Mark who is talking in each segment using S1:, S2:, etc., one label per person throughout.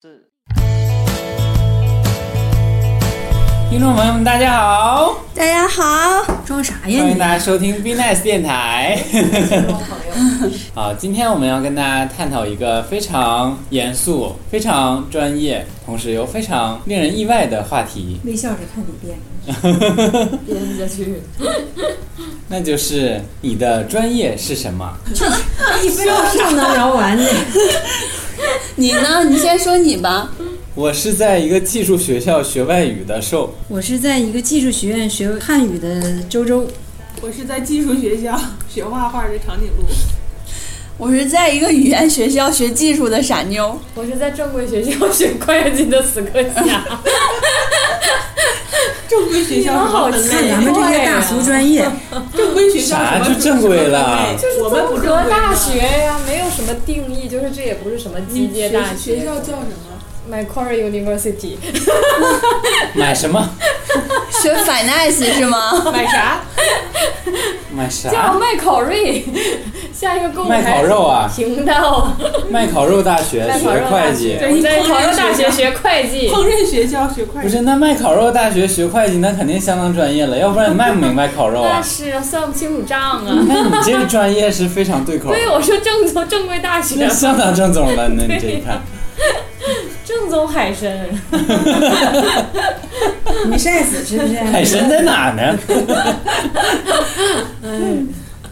S1: 是
S2: 听众朋友们，大家好，
S3: 大家好，
S4: 装啥呀
S2: 欢迎
S4: 你？
S2: 大家收听 B Nice 电 台。好，今天我们要跟大家探讨一个非常严肃、非常专业，同时又非常令人意外的话题，
S4: 微笑着看你变，
S3: 编不下去，
S2: 那就是你的专业是什么？
S4: 一分钟是不能聊完的。
S3: 你呢？你先说你吧。
S2: 我是在一个技术学校学外语的兽，
S4: 我是在一个技术学院学汉语的周周，
S5: 我是在技术学校 学画画的长颈鹿，
S3: 我是在一个语言学校学技术的傻妞，
S6: 我是在正规学校学会计的死磕侠，
S5: 正规学校
S6: 你们好
S5: 什么
S6: 奇
S4: 看
S5: 很
S4: 咱
S5: 累啊
S4: 们这些大俗专业，
S5: 正规学校
S2: 啥
S5: 什么
S2: 就正规了
S5: 不是我们不正
S6: 综
S5: 规
S6: 合
S5: 的
S6: 大学呀、没有什么定义，就是这也不是什么机
S5: 你学
S6: 械大学。啊
S5: 学校叫什么？
S6: Macquarie University，
S2: 买什么？
S3: 学 finance 是吗？
S5: 买啥？
S2: 买啥
S6: 叫？麦考瑞，下一个购物
S2: 卖烤肉 啊！
S6: 频道，
S2: 卖烤肉大 学
S6: 卖烤
S2: 学
S6: 肉
S2: 会
S6: 大
S2: 计哦
S6: 学，，
S5: 对
S6: 我在
S5: 烹饪
S6: 烤肉
S5: 学
S6: 大学
S5: 校
S6: 学会 计，
S5: 烹饪学校学会
S2: 不
S5: 计，
S2: 是那卖烤肉大学学会计，那肯定相当专业了，要不然你卖不明白烤肉啊
S6: 但。是啊算不清楚账啊。
S2: 那你这个专业是非常对口
S6: 所以
S2: 的，
S6: 我说正宗正规大学
S2: 那，相当正宗 了。那你这一看，
S6: 正宗海参，
S4: 没晒死是不是？
S2: 海参在哪呢？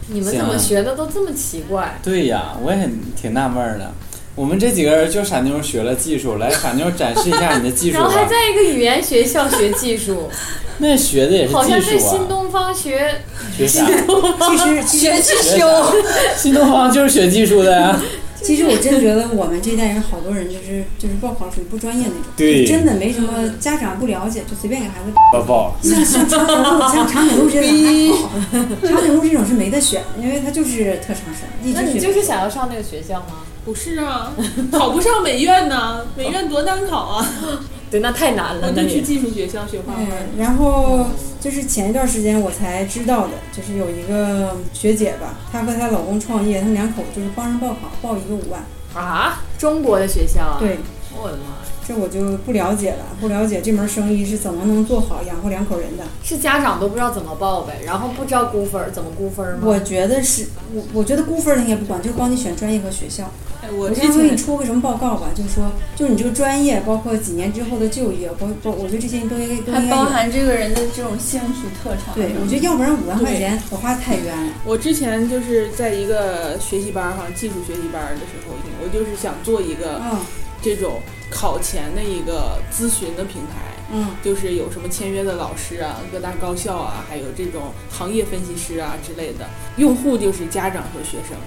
S6: 你们怎
S2: 行啊
S6: 么学的都这么奇怪？
S2: 对呀，我也挺纳闷儿的。我们这几个人就傻妞学了技术，来傻妞展示一下你的技术
S6: 然后还
S2: 吧。
S6: 在一个语言学校学技术，
S2: 那学的也是
S6: 好像
S2: 技
S6: 是
S2: 术
S6: 新
S2: 啊，
S6: 东方学
S2: 学啥？
S4: 其实其实
S3: 学去
S2: 学
S3: 修，
S2: 啥 新东方就是学技术的呀。
S4: 其实我真觉得我们这一代人好多人就是就是报考属于不专业那种，
S2: 对
S4: 真的没什么家长不了解，就随便给孩子
S2: 宝宝，
S4: 像像长颈鹿，像长颈鹿这种还好，长颈鹿这种是没得选，因为它就是特长生，一
S6: 那
S4: 直
S6: 你
S4: 学
S6: 就是想要上那个学校吗？
S5: 不是啊，考不上美院呢，美院多难考啊！哎
S6: 对，那太难
S5: 哦 我
S6: 哦了，那
S5: 就去
S6: 也
S5: 技术学校学画画。
S4: 嗯，然后就是前一段时间我才知道的，就是有一个学姐吧，她和她老公创业，他们两口就是帮人报考，报一个五万。
S6: 啊，中国的学校啊，
S4: 对，
S6: 我的妈呀，
S4: 这我就不了解了，不了解这门生意是怎么能做好养活两口人的。
S6: 是家长都不知道怎么报呗，然后不知道估分儿怎么估分儿吗？
S4: 我觉得是我，我觉得估分儿的应该不管，就帮你选专业和学校。
S5: 哎，我
S4: 我
S5: 之
S4: 上次给你
S5: 前
S4: 出个什么报告吧，就是说，就是你这个专业，包括几年之后的就业，包包，我觉得这些都应该都
S3: 还
S4: 应该
S3: 包
S4: 有。
S3: 含这个人的这种兴趣特长。
S4: 对，我觉得要不然五万块钱我花太冤了。
S5: 我之前就是在一个学习班儿，好像技术学习班儿的时候，我就是想做一个
S4: 嗯
S5: 这种考前的一个咨询的平台。
S4: 嗯，
S5: 就是有什么签约的老师啊，各大高校啊，还有这种行业分析师啊之类的。用户就是家长和学生，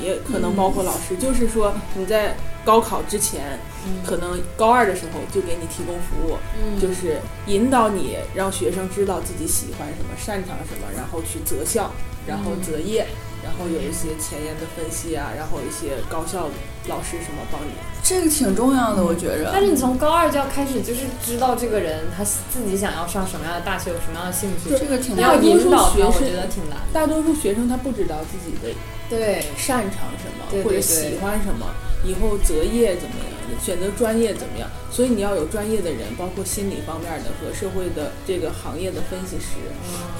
S5: 也可能包括老师。就是说你在高考之前，
S6: 嗯
S5: 可能高二的时候就给你提供服务，
S6: 嗯
S5: 就是引导你让学生知道自己喜欢什么、擅长什么，然后去择校，然后择业，然后有一些前沿的分析啊，然后一些高校老师什么帮你。
S3: 这个挺重要的，我觉着
S6: 但。是你从高二就要开始，就是知道这个人他自己想要上什么样的大学，有什么样的兴趣，
S3: 这个挺重
S6: 你要
S3: 要
S5: 大多数
S6: 引导他，
S5: 学
S6: 我
S5: 生
S6: 觉得挺难。
S5: 大多数学生他不知道自己的
S6: 对，
S5: 擅长什么，
S6: 对对
S5: 或者
S6: 对
S5: 喜欢什么，以后择业怎么样，选择专业怎么样，所以你要有专业的人，包括心理方面的和社会的这个行业的分析师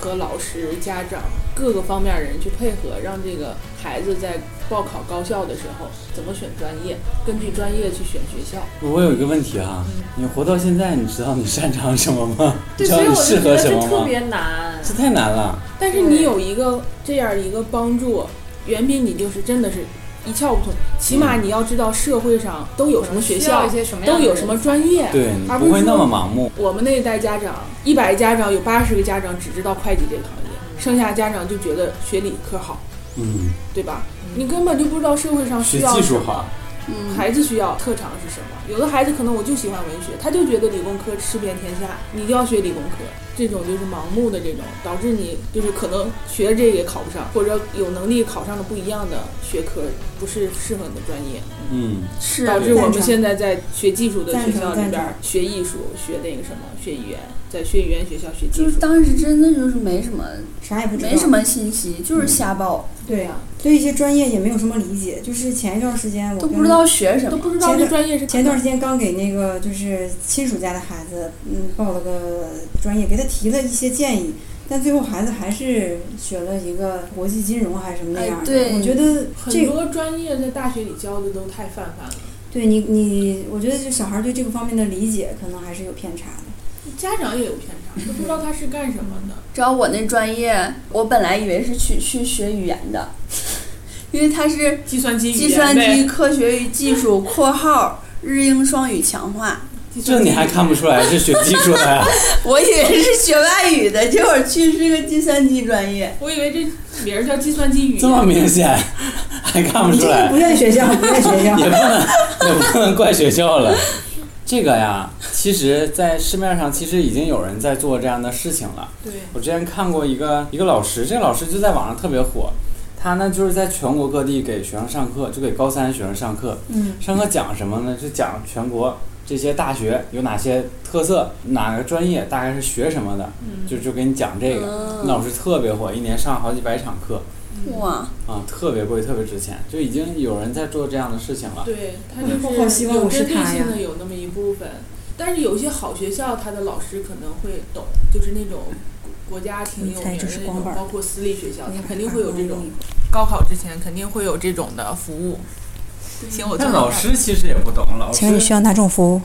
S5: 和老师、家长各个方面人去配合，让这个孩子在报考高校的时候怎么选专业，根据专业去选学校。
S2: 我有一个问题哈，你活到现在，你知道你擅长什么吗？你
S6: 对，
S2: 知道
S6: 所以
S2: 你
S6: 我就
S2: 适
S6: 觉
S2: 合
S6: 得
S2: 什
S6: 这
S2: 么
S6: 特
S2: 吗？
S6: 别难。
S2: 这太难了。
S5: 但是你有一个这样一个帮助，远比你就是真的是一窍不通。起码你要知道社会上都有什么学
S6: 需要
S5: 校
S6: 一，些什么样
S5: 都
S6: 的
S5: 有
S6: 人
S5: 什么专业，
S2: 对你
S5: 而
S2: 不会
S5: 是
S2: 那
S5: 说
S2: 么盲目。
S5: 我们那一代家长，一百家长有八十个家长只知道会计这个行业，剩下家长就觉得学理科好，
S2: 嗯，
S5: 对吧？你根本就不知道社会上
S2: 学
S5: 需要
S2: 技术
S5: 什么
S2: 好，
S5: 孩子需要特长是什么？有的孩子可能我就喜欢文学，他就觉得理工科吃遍天下，你就要学理工科，这种就是盲目的这种，导致你就是可能学了这个也考不上，或者有能力考上的不一样的学科，不是适合你的专业，
S2: 嗯，
S3: 是
S5: 导致我们现在在学技术的
S4: 赞
S5: 学
S4: 成
S5: 校里
S4: 赞
S5: 边
S4: 成
S5: 学艺术，学那个什么，学语言，在学语言学校学技
S3: 就
S5: 术
S3: 是。当时真的就是没什么，
S4: 啥也不知道，
S3: 没什么信息，就是瞎报。
S4: 对对一些专业也没有什么理解，就是前一段时间我
S3: 都
S4: 跟
S3: 不知道学什
S5: 都
S3: 么。
S5: 不知道这专业是
S4: 前一段时间刚给那个就是亲属家的孩子，嗯，报了个专业，给他提了一些建议，但最后孩子还是选了一个国际金融还是什么那样的。
S3: 哎对
S4: 我觉得
S5: 很
S4: 这个
S5: 多专业在大学里教的都太泛泛了，
S4: 对你你，我觉得这小孩对这个方面的理解可能还是有偏差的。
S5: 家长也有偏差，都不知道他是干什么的。
S3: 知道我那专业，我本来以为是去去学语言的，因为它是
S5: 计算机语言
S3: 计算机
S5: 呗，
S3: 科学与技术（括号日英双语强化
S5: 计算
S2: 这
S5: 机
S2: 你还看不出来是学技术的呀？），
S3: 我以为是学外语的，结果去是个计算机专业。
S5: 我以为这名儿叫计算机语言。
S2: 这么明显，还看不
S4: 你
S2: 出
S4: 这个
S2: 来
S4: 不，怨学校，不怨学校
S2: 也。不能也不能怪学校了。这个呀，其实，在市面上其实已经有人在做这样的事情了。
S5: 对，
S2: 我之前看过一个一个老师，这个老师就在网上特别火，他呢就是在全国各地给学生上课，就给高三学生上课。
S4: 嗯，
S2: 上课讲什么呢？就讲全国这些大学有哪些特色，哪个专业大概是学什么的，
S5: 嗯，
S2: 就就给你讲这个。
S4: 哦
S2: 那
S3: 嗯，
S2: 老师特别火，一年上好几百场课
S3: 哇，
S2: 啊，特别贵，特别值钱，就已经有人在做这样的事情了。
S5: 对他就是
S4: 我好希望
S5: 有
S4: 我是
S5: 针对
S4: 他呀
S5: 性的有那么一部分，但是有一些好学校，他的老师可能会懂，就是那种国家挺有
S4: 你
S5: 名
S4: 猜
S5: 的
S4: 这是
S5: 那
S4: 光
S5: 种，
S4: 板儿
S5: 包括私立学校，
S4: 你
S5: 他
S4: 看
S5: 肯定会有这种
S4: 嗯。
S5: 高考之前肯定会有这种的服务。请我做
S2: 但
S5: 到
S2: 老师其实也不懂，老师
S4: 请问你需要哪种服务？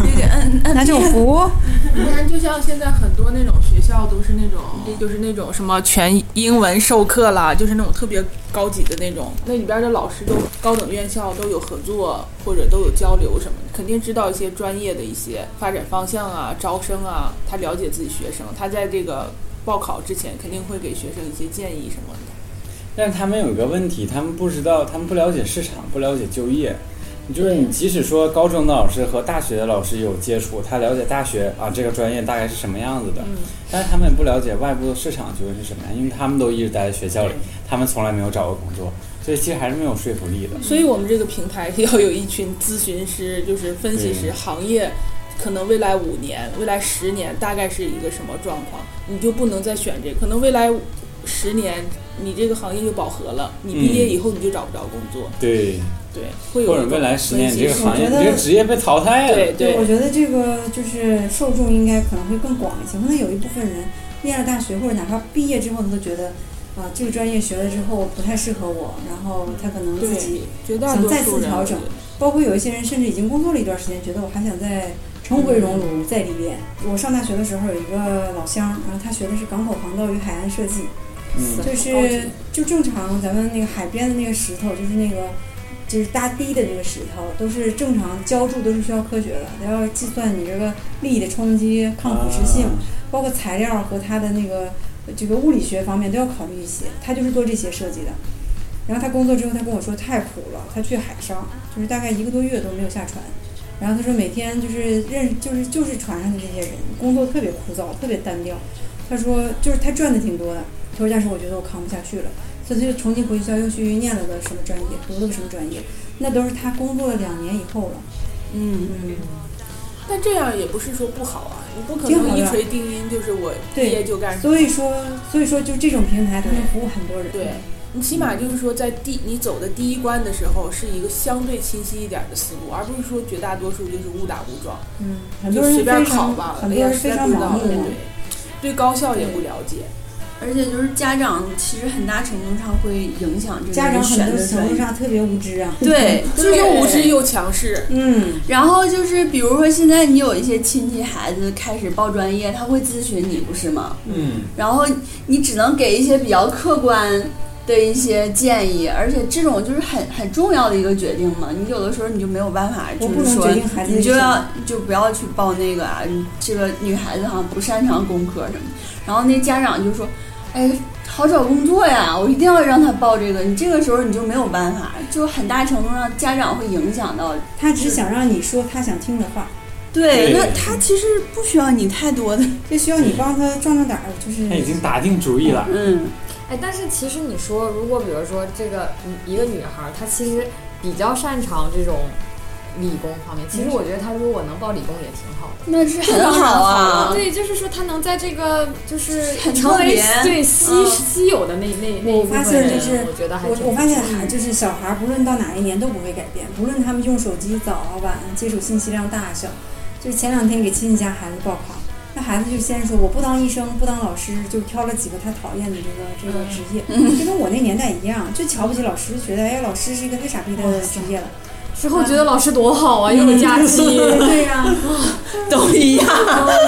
S3: 有点
S5: 嗯
S3: 摁摁
S4: 哪种服务？
S5: 不然就像现在很多那种学校都是那种，就是那种什么全英文授课啦，就是那种特别高级的那种，那里边的老师都高等院校都有合作或者都有交流什么的，肯定知道一些专业的一些发展方向啊、招生啊，他了解自己学生，他在这个报考之前肯定会给学生一些建议什么的。
S2: 但是他们有一个问题，他们不知道，他们不了解市场，不了解就业。就是你即使说高中的老师和大学的老师有接触，他了解大学啊这个专业大概是什么样子的，
S5: 嗯，
S2: 但是他们也不了解外部的市场究竟是什么样，因为他们都一直待在学校里，他们从来没有找过工作，所以其实还是没有说服力的。
S5: 所以我们这个平台要有一群咨询师，就是分析师，
S2: 对
S5: 行业可能未来五年、未来十年大概是一个什么状况，你就不能再选这个。可能未来十年你这个行业就饱和了，你毕业以后你就找不着工作，
S2: 对，
S5: 对，会有
S2: 或者未来十年你这个行业，
S4: 我觉得
S2: 你这个职业被淘汰
S5: 对
S2: 了。
S5: 对
S4: 我觉得这个就是受众应该可能会更广一些，可能有一部分人念了大学或者哪怕毕业之后，他都觉得啊、这个专业学了之后不太适合我，然后他可能自己
S5: 对，绝大多
S4: 想再
S5: 数
S4: 次
S5: 人
S4: 调
S5: 我觉
S4: 整
S5: 得
S4: 包括有一些人甚至已经工作了一段时间，觉得我还想再重回熔炉，再历练。我上大学的时候有一个老乡，然后他学的是港口防盗与海岸设计，
S2: 嗯，
S4: 就
S5: 高
S4: 是
S5: 级
S4: 就正常咱们那个海边的那个石头，就是那个就是搭堤的这个石头，都是正常浇筑都是需要科学的，它要计算你这个力的冲击、抗腐蚀
S2: 啊
S4: 性，包括材料和它的那个这个物理学方面都要考虑一些。他就是做这些设计的。然后他工作之后，他跟我说太苦了，他去海上就是大概一个多月都没有下船。然后他说每天就是认就是就是船上的这些人工作特别枯燥，特别单调。他说就是他赚的挺多的，他说但是我觉得我扛不下去了，所以他就重新回学校又去念了个什么专业，读了个什么专业，那都是他工作了两年以后了。
S3: 嗯，
S4: 嗯，
S5: 但这样也不是说不好啊，你不可
S4: 挺好
S5: 能
S4: 的
S5: 一锤定音，就是我毕
S4: 对
S5: 业就干什么。
S4: 所以说所以说就这种平台，它能服务很多人。
S5: 对，你起码就是说，在第你走的第一关的时候，是一个相对清晰一点的思路，而不是说绝大多数就是误打误撞，
S4: 嗯，很
S5: 就
S4: 多人
S5: 随便
S4: 非
S5: 考
S4: 常
S5: 吧，
S4: 很多人
S5: 哎呀实
S4: 非
S5: 在
S4: 常
S5: 不知
S4: 盲
S5: 道，
S4: 目
S5: 对
S4: 嘛
S5: 对。，对高校也不了解，
S3: 而且就是家长其实很大程度上会影响这个
S4: 家
S3: 人
S4: 长很
S3: 选
S4: 多
S3: 择
S4: 程
S3: 专
S4: 度
S3: 业。
S4: 上特别无知啊。
S3: 对，
S5: 就是又无知
S3: 对
S5: 又强势，
S4: 嗯，
S3: 然后就是，比如说现在你有一些亲戚孩子开始报专业，他会咨询你，不是吗？
S2: 嗯，
S3: 然后你只能给一些比较客观的一些建议，而且这种就是很很重要的一个决定嘛。你有的时候你就没有办法，
S4: 我
S3: 就
S4: 不
S3: 是
S4: 能
S3: 说
S4: 决定孩子
S3: 你
S4: 的
S3: 就
S4: 一生
S3: 要你就不要去报那个啊，你这个女孩子好像不擅长工科什么。然后那家长就说，哎。好找工作呀！我一定要让他报这个。你这个时候你就没有办法，就很大程度上家长会影响到
S4: 他只想让你说他想听的话，
S3: 对，
S2: 对
S3: 那他其实不需要你太多的，
S4: 这需要你帮他壮壮胆儿，就是
S2: 他已经打定主意了。
S3: 嗯，
S6: 哎，但是其实你说，如果比如说这个嗯一个女孩儿，她其实比较擅长这种理工方面。其实我觉得他如果能报理工也挺好的。
S3: 那是很好啊。
S6: 对，就是说他能在这个就是
S3: 很
S6: 成为
S3: 特别
S6: 对稀
S3: 嗯
S6: 稀有的那那那一
S4: 我
S6: 部
S4: 发
S6: 分
S4: 现就
S6: 人
S4: 是，
S6: 我觉得还
S4: 我
S6: 挺
S4: 我发现还就是小孩儿，不论到哪一年都不会改变，不论他们用手机早啊晚啊，接触信息量大小。就是前两天给亲戚家孩子报考，那孩子就先说我不当医生，不当老师，就挑了几个他讨厌的这个这个职业，
S5: 嗯
S4: 就跟我那年代一样，就瞧不起老师，觉得哎呀老师是一个太傻逼的职业了。
S6: 之后觉得老师多好啊，又 有假期，
S4: 对呀、
S5: 都一样。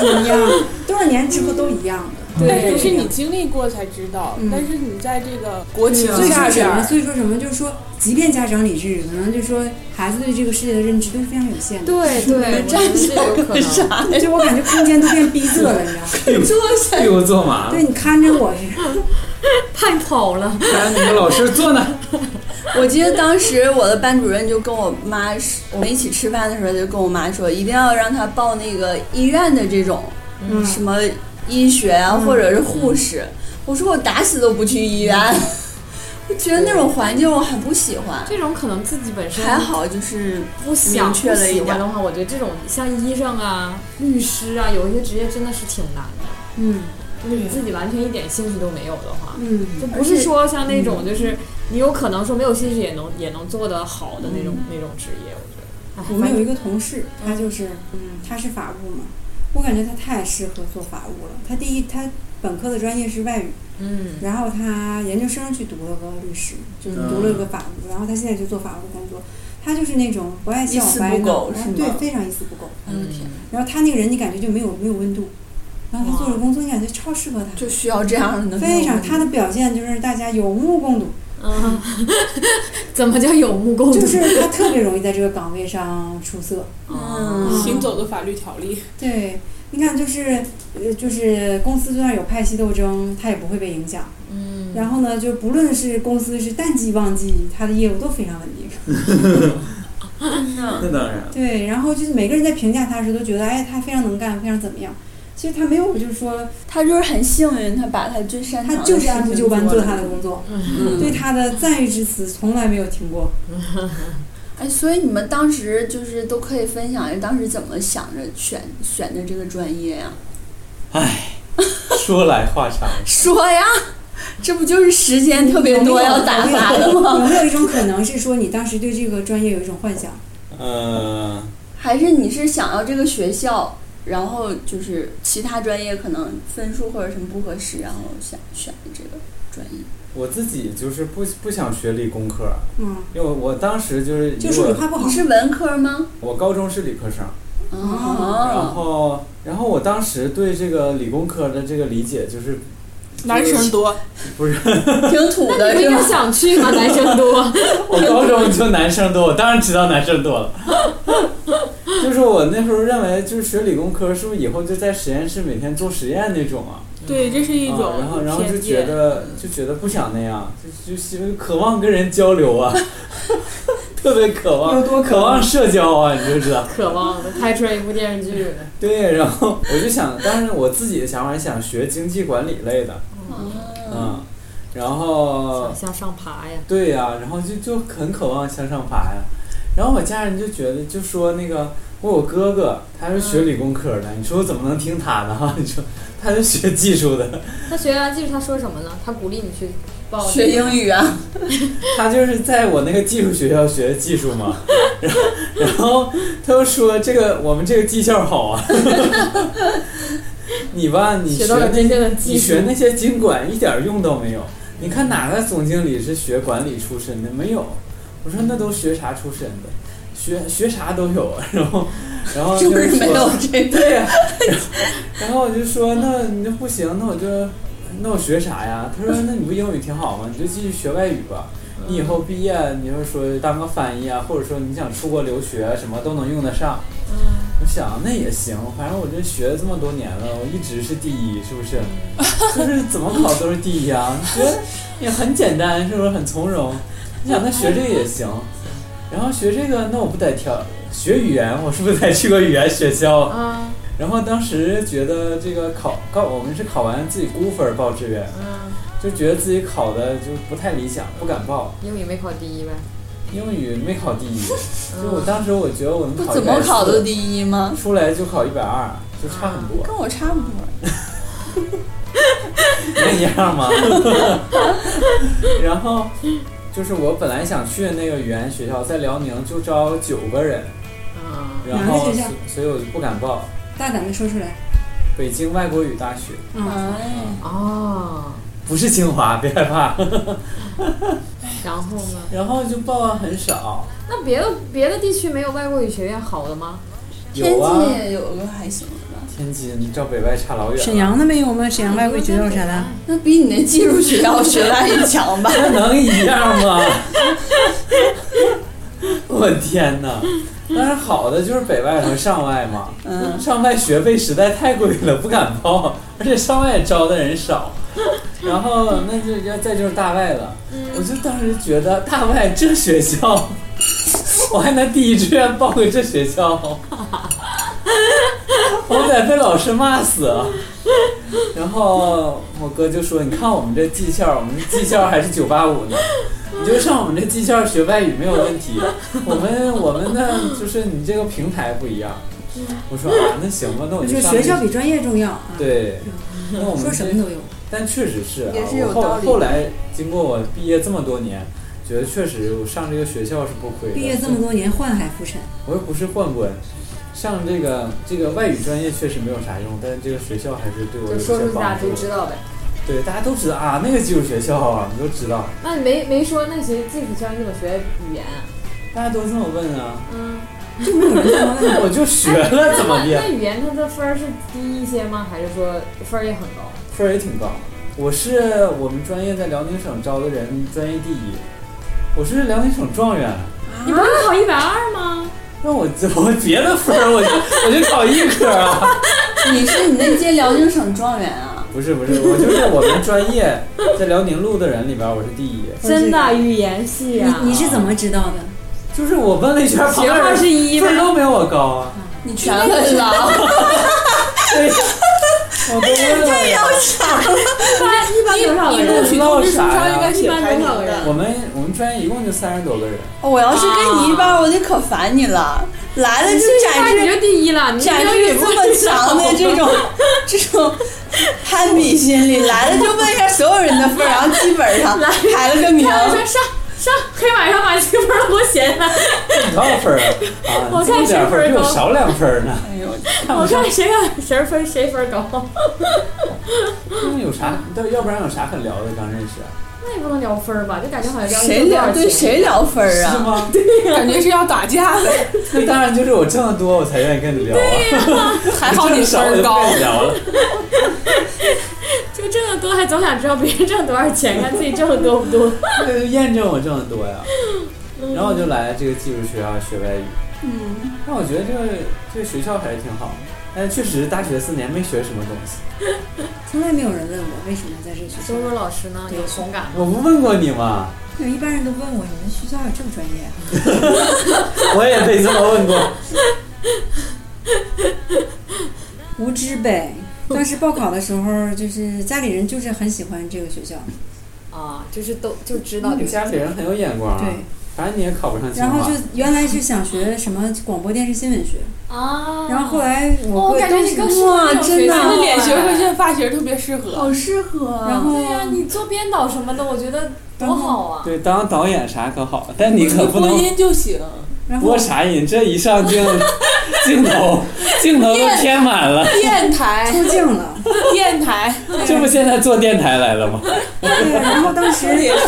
S4: 都一样，多少年之后都一样的。
S5: 但
S6: 对
S5: 是是 你经历过才知道，
S4: 嗯
S5: 但是你在这个国情
S4: 所以
S5: 下
S4: 说什
S5: 边
S4: 么？
S5: 儿，
S4: 所以说什么？就是说，即便家长理智，可能就说孩子对这个世界的认知都是非常有限的。
S6: 对对，我觉得这 有可能。
S3: 啥？
S4: 就我感觉空间都变逼仄了，你知道 吗？
S3: 坐下。
S2: 对我坐嘛，
S4: 对你看着我是，
S6: 太跑了，
S2: 然后你们老师坐呢，
S3: 我记得当时我的班主任就跟我妈说，我们一起吃饭的时候就跟我妈说，一定要让她报那个医院的这种，
S4: 嗯
S3: 什么医学啊，或者是护士。我说我打死都不去医院， 我觉得那种环境我很不喜欢。
S6: 这种可能自己本身
S3: 还好就是
S6: 不想
S3: 明
S6: 不
S3: 确了一
S6: 喜
S3: 点
S6: 欢的话，我觉得这种像医生啊、律师啊，有一些职业真的是挺难的。
S4: 嗯
S6: 就是你自己完全一点兴趣都没有的话，
S4: 嗯，
S6: 就不是说像那种就是你有可能说没有兴趣也能也能做得好的那种那种职业，我觉得。哎
S4: 我们有一个同事，他就是，嗯，他是法务嘛，我感觉他太适合做法务了。他第一，他本科的专业是外语，
S6: 嗯
S4: 然后他研究生去读了个律师，就是
S3: 嗯
S4: 读了个法务，然后他现在就做法务工作。他就是那种不爱
S3: 一
S4: 笑
S3: 丝
S4: 不爱
S3: 不
S4: 闹，
S3: 苟
S4: 然
S3: 是
S4: 后
S3: 吗
S4: 对，非常一丝不苟。
S3: 嗯
S4: 然后他那个人，你感觉就没有没有温度。然后他做着工作，你感觉超适合他，
S3: 就需要这样的，
S4: 非常他的表现就是大家有目共 睹，
S6: 嗯，怎么叫有目共睹？
S4: 就是他特别容易在这个岗位上出色。
S3: 嗯
S5: 行走的法律条例，
S4: 对，你看，就是呃，就是公司就算有派系斗争，他也不会被影响。
S6: 嗯，
S4: 然后呢，就不论是公司是淡季旺季，他的业务都非常稳定。嗯
S2: 那当然，
S4: 对，然后就是每个人在评价他的时候都觉得，哎，他非常能干，非常怎么样。其实他没有，就是说
S3: 他就是很幸运，他把他最擅长
S4: 他
S3: 的
S4: 就是
S3: 事
S4: 按部
S3: 情
S4: 就班做
S3: 了
S4: 他的工作，
S3: 嗯
S4: 对他的赞誉之词从来没有停过。
S3: 哎，所以你们当时就是都可以分享一下当时怎么想着选选的这个专业呀、
S2: 唉， 说来话长。
S3: 说呀，这不就是时间特别多要打发的吗？
S4: 有没有一种可能是说，你当时对这个专业有一种幻想？
S2: 嗯，
S3: 还是你是想要这个学校，然后就是其他专业可能分数或者什么不合适，然后想选的这个专业？
S2: 我自己就是不不想学理工科，
S4: 嗯，
S2: 因为我当时就是
S4: 就
S2: 以
S4: 是你
S2: 我
S4: 怕不好
S3: 你。是文科吗？
S2: 我高中是理科生，然嗯
S3: 哦，
S2: 后然后我当时对这个理工科的这个理解 就是
S4: 嗯
S5: 男生多，
S2: 不是
S3: 挺土
S6: 那
S3: 的是
S6: 你们也
S3: 吧？
S6: 想去吗？男生多，
S2: 我高中就男生多，我当然知道男生多了。 就是我那时候认为，就是学理工科是不是以后就在实验室每天做实验那种啊？
S5: 对，这是一种
S2: 啊然后然后就
S5: 偏
S2: 觉
S5: 见。
S2: 得就觉得不想那样，就就希望渴望跟人交流啊，特别渴望，
S4: 有多渴
S2: 渴
S4: 望
S2: 望社交啊，你就知道。
S6: 渴望的拍出来一部电视剧。
S2: 对，然后我就想，当时我自己的想法是想学经济管理类的，
S3: 哦，
S2: 嗯，然 后
S6: 想向上爬呀，
S2: 对呀、然后就就很渴望向上爬呀。然后我家人就觉得，就说那个我有哥哥，他是学理工科的，你说我怎么能听他的 哈？你说他是学技术的，
S6: 他学完技术他说什么呢？他鼓励你去报
S3: 学
S6: 这个
S3: 英语啊？
S2: 他就是在我那个技术学校学的技术嘛。然后然后他又说这个我们这个技校好啊。 你吧，你
S6: 学
S2: 学
S6: 到了
S2: 那
S6: 真正的技
S2: 你
S6: 术
S2: 学那些经管一点儿用都没有。你看哪个总经理是学管理出身的？没有。我说那都学啥出身的？学学啥都有。啊然后，然后
S3: 哦是啊不
S2: 就是说
S3: 没有这个？
S2: 对呀、然后我就说，那你这不行，那我就，那我学啥呀？他说，那你不英语挺好吗？你就继续学外语吧。你以后毕业，你就是说当个翻译啊，或者说你想出国留学啊，什么都能用得上。我想那也行，反正我这学了这么多年了，我一直是第一，是不是？ 就是怎么考都是第一啊！你觉得也很简单，是不是很从容？你想那学这个也行，然后学这个，那我不得挑学语言，我是不是得去个语言学校啊？
S6: 啊，
S2: 然后当时觉得这个考高，我们是考完自己估分儿报志愿，
S6: 嗯，
S2: 就觉得自己考的就不太理想，不敢报。
S6: 英语没考第一呗，
S2: 英语没考第一，就我当时我觉得我能
S3: 嗯不
S2: 考
S3: 怎么考
S2: 140
S3: 都第一吗？
S2: 出来就考一百二，就差很 多，
S3: 跟我差不多。
S2: 能一样吗？ 然后就是我本来想去的那个语言学校，在辽宁就招九个人，
S6: 啊，
S2: 然
S4: 哪
S2: 后
S4: 个学校
S2: 所所以我就不敢报
S4: 大胆的说出来。
S2: 北京外国语大学，
S4: 嗯，
S3: 哎，
S6: 哦，
S2: 不是清华，别害怕。
S6: 然后呢？
S2: 然后就报的很少，
S6: 那别的别的地区没有外国语学院好的吗？
S3: 天
S2: 有啊，
S3: 津也有个还行的吧，
S2: 天津你照北外差老远了，
S4: 沈阳的没有吗？沈阳外国语学校有啥的？
S3: 那比你那技术学校学外语强 吧？
S2: 这能一样吗？ 我天哪！但是好的就是北外和上外嘛，
S3: 嗯，
S2: 上外学费实在太贵了，不敢报，而且上外也招的人少。然后那就要再就是大外了，我就当时觉得大外这学校，我还能第一志愿报个这学校，我得被老师骂死。啊然后我哥就说：“你看我们这技校，我们技校还是九八五呢，你就上我们这技校学外语没有问题。我们我们呢，就是你这个平台不一样。”我说啊，那行吧，那我
S4: 就
S2: 就是上
S4: 学校
S2: 那
S4: 比专业重要啊。，
S2: 对，那我们
S4: 说什
S2: 这
S4: 么都有。
S2: 但确实是、啊，
S3: 也是有
S2: 我后
S3: 道理的
S2: 后来经过我毕业这么多年，觉得确实我上这个学校是不亏的。
S4: 毕业这么，多年，宦海浮沉。
S2: 我又不是宦官，上这个这个外语专业确实没有啥用，但是这个学校还是对我有
S6: 就
S2: 些
S6: 说出去大
S2: 帮
S6: 家
S2: 助
S6: 都。知道呗。
S2: 对，大家都知道啊，那个技术学校啊，你都知道，
S6: 那你没没说，那学技术圈怎么学语言啊？
S2: 大家都这么问 啊，
S6: 嗯，
S2: 我就学了，怎么
S6: 那那
S2: 的，
S6: 语言它的分儿是低一些吗？还是说分儿也很高？
S2: 分儿也挺高。我是我们专业在辽宁省招的人专业第一，我是辽宁省状元。
S6: 你不是考一百二吗？
S2: 那我 就我别的分儿，我就我就考一科啊。
S3: 你是你那届辽宁省状元啊？
S2: 不是不是，我就是我们专业在辽宁路的人里边，我是第一。
S6: 真的语言系啊？
S4: 你你是怎么知道的？
S2: 就是我问了一圈，旁
S6: 学
S2: 边
S6: 二
S2: 人
S6: 十一
S2: 分儿
S6: 吗？
S2: 都没有我高啊。
S3: 你全问了，
S2: 对，我都问了。
S6: 一般多少个
S5: 你录
S6: 人？
S5: 取通知书上应该
S6: 一
S5: 写排
S6: 般
S5: 名
S6: 多少个
S5: 的。
S6: 人？
S2: 我们我们专业一共就三十多个人，
S3: 哦我要是跟你一班，我得可烦你了。来了就展
S6: 你
S3: 示
S6: 就第一了，你
S3: 展
S6: 英
S3: 示
S6: 语不
S3: 这么强的这 种这种攀比心理，来了就问一下所有人的分儿，然后基本 上排了个名。
S6: 开玩笑，上上黑板上把积分儿都写下来，
S2: 多少分儿啊？啊，
S6: 我
S2: 你这么
S6: 看谁
S2: 点分
S6: 分
S2: 儿
S6: 儿
S2: 比我
S6: 高
S2: 少两分儿呢，
S3: 哎呦，
S2: 看
S6: 我
S2: 不上
S6: 看。谁看谁分谁分儿高。
S2: 那有啥？要要不然有啥可聊的？刚认识
S6: 那也不能聊分儿吧？就感觉好像聊
S3: 谁聊对谁聊分儿
S2: 是
S3: 啊？
S2: 吗？
S5: 感觉是要打架的，
S2: 那当然就是我挣得多，我才愿意跟你聊啊。
S5: 还好你
S2: 挣
S5: 分
S2: 少我
S5: 儿
S2: 就不
S5: 高
S2: 跟。你聊了。
S6: 就挣得多，还总想知道别人挣多少钱，看自己挣的多不多。
S2: 那就验证我挣得多呀。然后我就来这个技术学校学外语。嗯，但我觉得这个这个学校还是挺好的，但是确实大学四年没学什么东西。
S4: 从来没有人问我为什么在这学校
S6: 周。周老师呢，有同感吗？
S2: 我不问过你 吗？
S4: 有一般人都问我，你们学校有这个专业？啊
S2: 我也被这么问过。
S4: 无知呗。当时报考的时候，就是家里人就是很喜欢这个学校，
S6: 啊，就是都就知道
S2: 你家里人很有眼光啊，
S4: 对，
S2: 反正你也考不上清
S4: 然
S2: 华
S4: 后就。原来是想学什么广播电视新闻学，
S6: 啊。
S4: 然后后来
S6: 哦
S4: 我
S6: 我
S4: 哥
S6: 感觉你更适合
S4: 哇，
S6: 这种
S4: 真
S6: 学
S4: 的
S6: 校
S5: 他
S4: 啊，
S5: 的脸 学和这发型特别适合。
S3: 适合啊
S4: 然后
S6: 对呀、你做编导什么的，我觉得多
S4: 嗯
S6: 好啊。
S2: 对，当导演啥可好，但你可不
S5: 播
S2: 能
S5: 音就 行，
S4: 然后
S2: 播啥瘾，这一上镜，镜 头镜头都贴满了，
S5: 电 台，
S4: 出镜了，
S5: 电台，
S2: 这不现在做电台来了吗？
S4: 对，然后当时也是，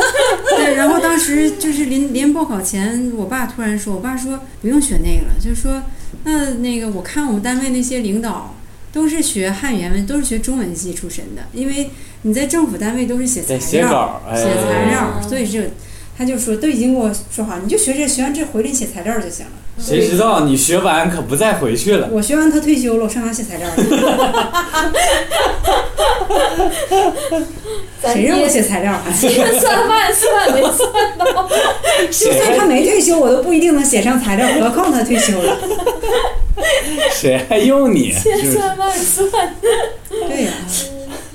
S4: 对，然后当时就是临临报考前，我爸突然说，我爸说不用学那个了，就说那那个我看我们单位那些领导都是学汉语言文，都是学中文系出身的，因为你在政府单位都是写材
S2: 得
S4: 料，
S2: 写稿，哎，
S4: 写材料
S6: 啊
S4: 儿，所以这他就说都已经跟我说好，你就学这，学完这回来你写材料儿就行了。
S2: 谁知道你学完可不再回去 了。
S4: 我学完他退休了，我上他写材料儿去，
S6: 咱
S4: 谁
S6: 爹
S4: 让我写材料儿啊？就
S6: 算饭算没算到，
S4: 算他没退休，我都不一定能写上材料儿，何况他退休了。
S2: 谁还用你？是不
S6: 千
S2: 是
S6: 算万算，
S4: 对呀、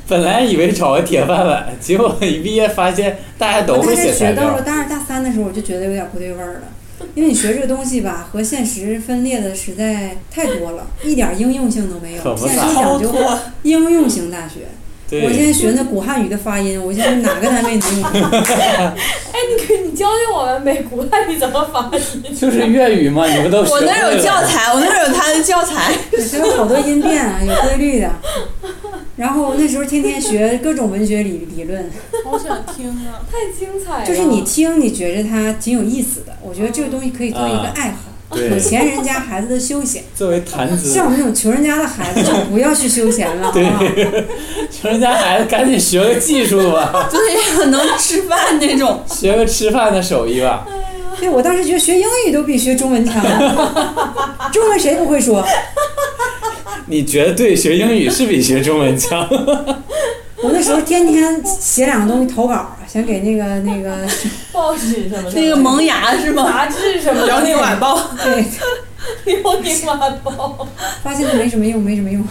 S2: 本来以为找个铁饭碗，结果一毕业发现大家都
S4: 我大
S2: 会
S4: 概
S2: 写材
S4: 学到
S2: 料
S4: 了。大二大三的时候，我就觉得有点不对味儿了，因为你学这个东西吧，和现实分裂的实在太多了，一点应用性都没有。
S2: 可不
S4: 现
S2: 咋
S4: 在一讲究 应用型大学。我现
S2: 对
S4: 在，学那古汉语的发音，我现在哪个单位能用？
S6: 哎，你可你教教我们呗，古代语怎么发音？
S2: 就是粤语嘛，你们都学
S3: 我
S2: 会
S3: 那儿有
S2: 了。
S3: 教材，我那儿有他的教材。
S4: 对，它有好多音变啊，有规律的。然后那时候天天学各种文学理理论，
S5: 好想听啊！
S6: 太精彩了！
S4: 就是你听你觉着它挺有意思的，我觉得这个东西可以做一个爱好，有
S2: 啊对，
S4: 钱人家孩子的休闲。
S2: 作为谈 资，
S4: 像我们这种穷人家的孩子就不要去休闲了，好啊不好？
S2: 对，穷人家孩子赶紧学个技术吧，
S3: 对，能吃饭那 种。
S2: 学个吃饭的手艺吧。
S4: 对，我当时觉得学英语都比学中文强，中文谁不会说？
S2: 你觉得对，学英语是比学中文强。
S4: 我那时候天天写两个东西投稿，啊想给那个那个
S6: 报纸什么的，
S3: 那个萌芽是吗？
S6: 杂志什么的，
S3: 辽宁晚报。
S4: 对，
S6: 辽宁晚报，
S4: 发现它没什么用，没什么用。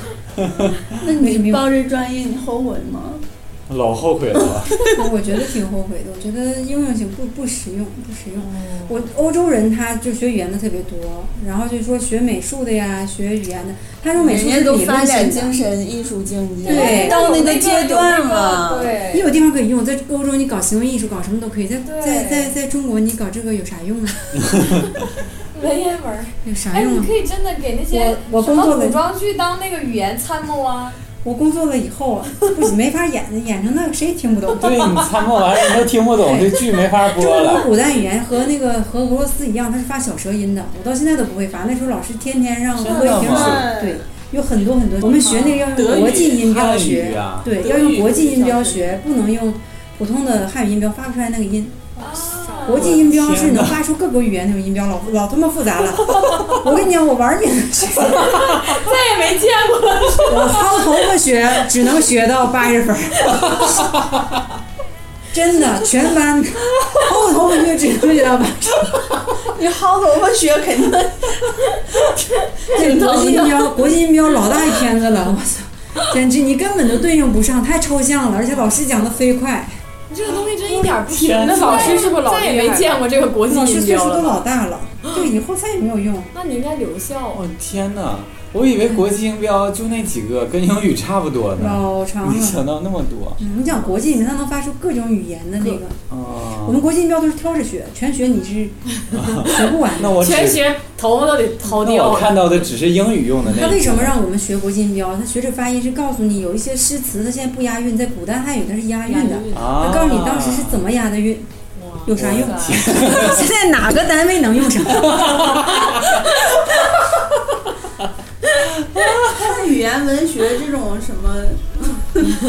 S3: 那你报这专业，你后悔吗？
S2: 老后悔了，
S4: 我觉得挺后悔的，我觉得应用性不不实用，不实用。我欧洲人他就学语言的特别多，然后就说学美术的呀，学语言的，他说美术
S3: 人
S4: 是
S3: 家都
S4: 理
S3: 发
S4: 论
S3: 展
S4: 性
S3: 精
S4: 的，
S3: 神、艺术境界，
S4: 对
S3: 到那个阶段了。
S4: 你
S5: 对，
S4: 有地方可以用，在欧洲你搞行为艺术，搞什么都可以，在在
S5: 对
S4: 在在中国你搞这个有啥用啊？
S1: 文言文儿，
S4: 有啥
S1: 哎，
S4: 用
S1: 你
S4: 啊？
S1: 可以真的给那些
S4: 我我
S1: 什
S4: 工
S1: 么
S4: 作
S1: 古
S4: 了，
S1: 装剧当那个语言参谋啊，
S4: 我工作了以后啊， 不行没法演，演成那个谁也听不 懂。
S2: 对你参谋完人都听不懂，这剧没法播
S4: 中国
S2: 了。
S4: 古代语言和那个和俄罗斯一样，它是发小舌音的，我到现在都不会发。那时候老师天天让
S2: 真的
S4: 我也停
S2: 吗
S4: 手，对，有很多很多。我们学那个要
S2: 德
S4: 用
S2: 语
S4: 国际音标
S2: 汉语
S4: 学，
S2: 啊，
S4: 对，
S5: 德
S4: 要用
S5: 语
S4: 国际
S5: 是
S4: 音
S5: 小
S4: 标
S5: 学
S4: 学，不能用普通的汉语音标发不出来那个音。
S1: 啊，
S4: 国际音标是
S2: 天哪
S4: 能发出各国语言那种音标，老老他妈复杂了。 我跟你讲，我玩命学，
S6: 再也没见过了。
S4: 我薅头发学，只能学到八十分儿。 真的，全班薅头发学只能学到八十。
S3: 你薅头发学肯定
S4: 这
S3: 挺
S4: 国
S3: 疼
S4: 际
S3: 的
S4: 音标，国际音标老大一片子了，我操！简直你根本就对应不上，太抽象了，而且老师讲的飞快，
S6: 你这个东西真一点不行。
S2: 天
S6: 那老师是不是老
S5: 再也
S6: 厉害
S5: 没见
S6: 过这个国
S4: 老师岁数都？老大 了，对，以后再也没有用。
S6: 那你应该留校啊。
S2: 我天哪！我以为国际音标就那几个，跟英语差不多呢，
S4: 老长
S2: 没
S4: 了。
S2: 想到那么多。
S4: 嗯你讲国际，你才能发出各种语言的那个。我
S2: 哦，
S4: 们国际音标都是挑着学，全学你是 学不完的。
S2: 那我只
S6: 全学头发都得掏
S2: 那
S6: 掉
S5: 哦
S2: 我
S6: 了。
S2: 看到的只是英语用的那。
S4: 他为什么？让我们学国际音标？他学这发音是告诉你有一些诗词它现在不押韵，在古代汉语它是押
S6: 哎
S4: 韵的。
S2: 啊
S4: 他告诉你当时是怎么押的韵，
S6: 哇
S4: 有啥用？
S6: 塞
S4: 现在哪个单位能用 上？
S3: 看语言文学这种什么，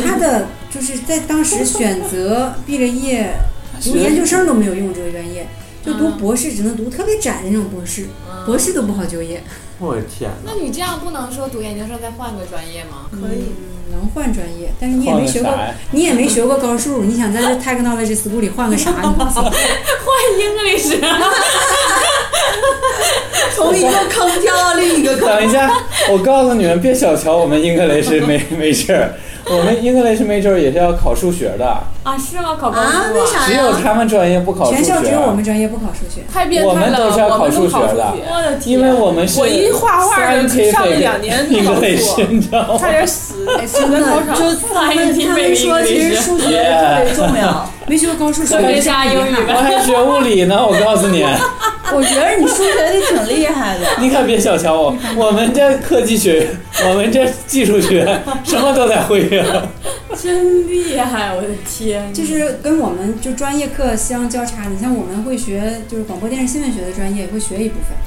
S4: 他的就是在当时选择毕了业，
S2: 学
S4: 读研究生都没有用这个专业，就
S6: 嗯
S4: 读博士只能读特别窄的那种博士，博士都不好就业，
S2: 我的天哪！
S6: 那你这样不能说读研究生再换个专业吗？
S3: 可以
S4: 能换专业，但是你也
S2: 换
S4: 没
S2: 个
S4: 学
S2: 啥
S4: 过，
S2: 呀？
S4: 你也没学过高数，你想在 这 technology school 里换个啥？你都不行
S6: 换 English，
S3: 从一个坑跳到另一个坑。
S2: 等一下，我告诉你们，别小瞧我们 English 没没事儿，我们 English major 也是要考数学的，
S6: 啊？是吗？考高数
S3: 啊？
S5: 哎
S3: 为啥
S2: 只有
S3: 呀？
S2: 他们专业不考数学。
S4: 全校只有我们专业不考数学，
S5: 太变态了，
S2: 我们都是要考
S5: 我们
S2: 数
S5: 都
S2: 学
S5: 考数
S2: 的
S5: 学。
S6: 我的天！
S2: 因为我们是
S5: 我一画画的
S2: scientific
S5: 上了两年都考不过
S2: English，你知道吗？
S5: 差点死，哎死
S3: 真
S5: 在
S3: 的
S5: 操，场。
S3: 就他们他们说，其实数学特别重要。
S4: 没学过高数，
S6: 特别加 英语
S2: 我还学物理呢，我告诉 你，
S3: 我觉 得你数学得挺厉害的。
S2: 你可别小瞧我，我们这科技学，我们这技术学，什么都得会呀。
S6: 真厉害！我的天，
S4: 就是跟我们就专业课相交叉。你像我们会学就是广播电视新闻学的专业，也会学一部分。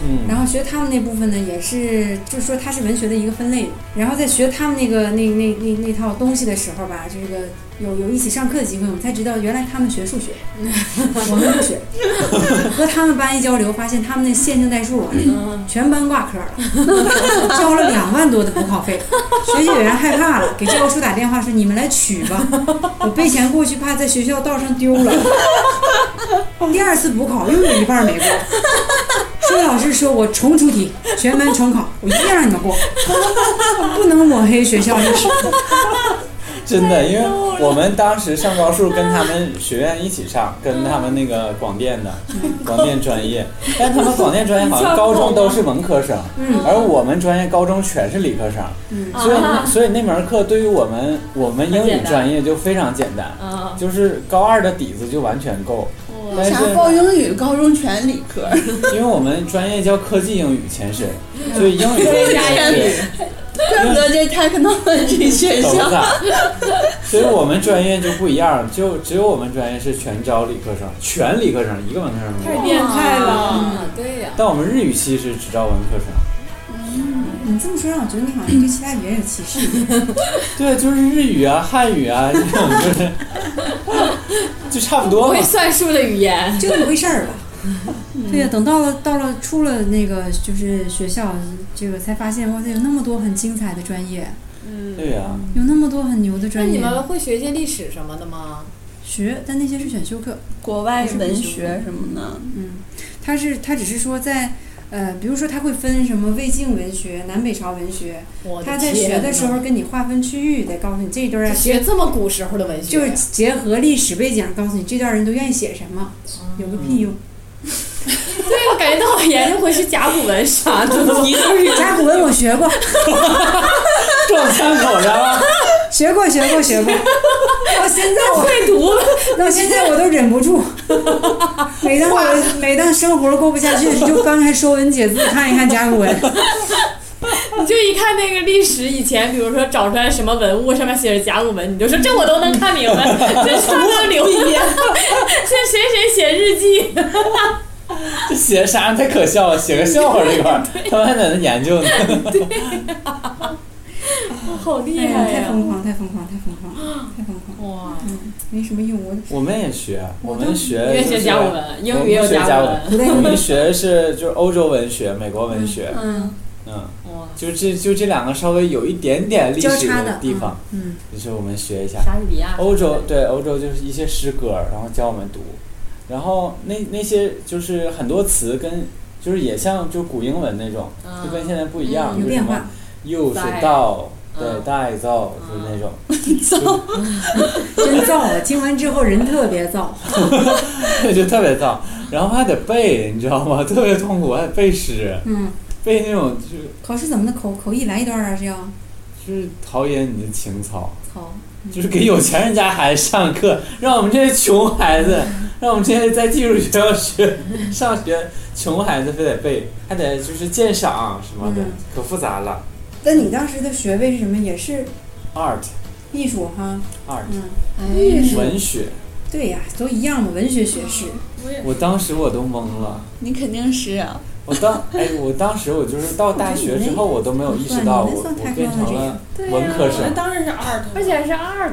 S2: 嗯，
S4: 然后学他们那部分呢，也是就是说它是文学的一个分类。然后在学他们那个那那那那套东西的时候吧，这个有有一起上课的机会，我们才知道原来他们学数学，我们不学。和他们班一交流，发现他们那线性代数啊，全班挂科了，交了两万多的补考费。学习委员害怕了，给教务处打电话说：“你们来取吧，我背钱过去，怕在学校道上丢了。”第二次补考又有一半没过。数学老师说：“我重出题，全班 重考，我一定让你们过，不能抹黑学校历史。”
S2: 真的，因为我们当时上高数跟他们学院一起上，跟他们那个广电的广电专业，但他们广电专业好像高中都是文科生，而我们专业高中全是理科生，所以那所以那门课对于我们我们英语专业就非常简单，
S6: 啊，
S2: 就是高二的底子就完全够。但是
S3: 啥报英语，高中全理科，
S2: 因为我们专业叫科技英语前身，所以英语专
S3: 科技英
S2: 业
S3: 语怪不得这 technology 学
S2: 是头
S3: 校。
S2: 大， 所以我们专业就不一样，就只有我们专业是全招理科生，全理科生，一个文科生没有。
S5: 太变态了。
S6: 嗯
S1: 啊，对呀，
S2: 但我们日语系是只招文科生，
S4: 你这么说让我觉得你好像对其他语言有歧视。
S2: 对，就是日语啊、汉语啊这种，就是就差不
S6: 不
S2: 多嘛
S6: 会。算数的语言，
S4: 这个一回事儿吧。 对呀、等到了到了出了那个就是学校，这个才发现哇塞，有那么多很精彩的专业，
S2: 对呀、
S4: 有那么多很牛的
S1: 那
S4: 专
S1: 你
S4: 业
S1: 们会学一些历史什么的吗？
S4: 学，但那些是选修课。
S3: 国外文学什么的，
S4: 嗯，它是它只是说在呃，比如说它会分什么魏晋文学、南北朝文学，
S1: 我
S4: 他在学的时候跟你划分区域，得告诉你这一段儿要
S1: 学这么古时候的文学，
S4: 就是结合历史背景，告诉你这段人都愿意写什么，有个屁用！
S6: 对我感觉到我研究回去甲骨文啥的，题都是
S4: 甲骨文我学过，
S2: 撞枪口上了，
S4: 学过，学过，学过，到现在我
S6: 会读了，
S4: 到现在我都忍不住。每当我每当生活过不下去，就翻开《说文解字》看一看甲骨文。
S6: 你 就一看那个历史，以前比如说找出来什么文物上面写着甲骨文，你就说这我都能看明白，这上面留的，这谁谁写日记，
S2: 这写啥太可笑了，写个笑话这块儿，他们还在那研究 呢。
S6: 好厉
S4: 哎呀，
S6: 害啊
S4: 太
S6: 呀！
S4: 疯狂，太疯狂，太疯狂，太疯狂，
S6: 哇，
S4: 没什么用。我
S2: 我们也学，我们学
S6: 你也
S2: 就
S6: 学
S2: 是
S6: 甲骨文，英
S2: 我
S6: 语也有
S2: 们学
S6: 甲
S2: 甲骨
S6: 骨文，
S4: 不对，
S2: 我们学是就是欧洲文学、美国文学，
S4: 嗯，
S2: 嗯，
S6: 哇，
S2: 就这就这两个稍微有一点点历
S4: 交
S2: 史
S4: 叉的
S2: 地方，，
S4: 嗯，
S2: 就是我们学一下。
S6: 莎士比亚，
S2: 欧洲对欧洲就是一些诗歌，然后教我们读，然后那那些就是很多词跟就是也像就古英文那种，
S6: 嗯
S2: 就跟现在不一样，
S4: 有
S2: 就是什
S4: 变
S2: 么
S4: 化。
S2: 又是
S6: 在
S2: 道，对
S6: 嗯
S2: 大造就是那种，
S4: 真燥了，听完之后人特别燥。嗯
S2: 就特别造，然后还得背，你知道吗？ 特别痛苦，还得背诗，
S4: 嗯，
S2: 背那种就是
S4: 考试怎么的口口译来一段啊？是要
S2: 就是陶冶你的情操。
S4: 操，
S2: 就是给有钱人家孩子上课， 让我们这些穷孩子， 让我们这些在技术学校学上学穷孩子非得背，还得就是鉴赏什么的，
S4: 嗯
S2: 可复杂了。
S4: 那你当时的学位是什么？也是
S2: art
S4: 艺术哈？
S2: art
S4: 嗯，
S3: 哎，
S2: 文学，
S4: 对呀、都一样嘛，文学学士。
S2: 我当时我都懵了，
S3: 你肯定是啊，
S2: 我当 哎，我当时我就是到大学之后，我都没有意识到
S4: 你
S2: 我
S4: 们算
S2: 我变成了
S6: 对
S2: 文科
S5: 我们
S2: 生，
S5: 当然是 art，
S6: 而且还是 art，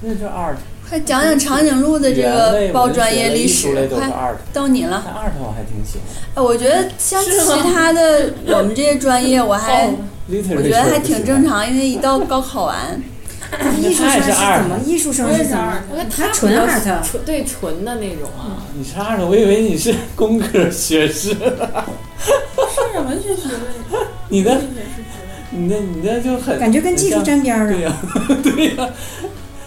S2: 那就 art。
S3: 快讲讲长颈鹿的这
S2: 语言
S3: 个
S2: 类
S3: 报专业历
S2: 文学类艺
S3: 史，
S2: 术类都是
S3: 快
S2: art，
S3: 到你了。
S2: 但 art 我还挺喜欢
S3: 哎，我觉得像其
S6: 是吗
S3: 他的 我们这些专业，我还
S2: ，literature
S3: 我觉得还挺正
S2: 常。
S3: 常，因为一到高考 完，
S4: 艺术生是怎么？艺术
S5: 我
S4: 生
S5: 也
S4: 是
S5: 是
S4: 怎
S5: art
S4: 么？。
S6: 我觉得
S4: 他纯 art，
S6: 纯对纯的那种啊，
S2: 你是 art，我以为你是工科学士。
S5: 是文学学位，
S2: 你的
S5: 文学学位
S2: 你那你那就很
S4: 感觉跟技术沾边儿
S2: 对
S4: 啊。
S2: 呀、 对呀、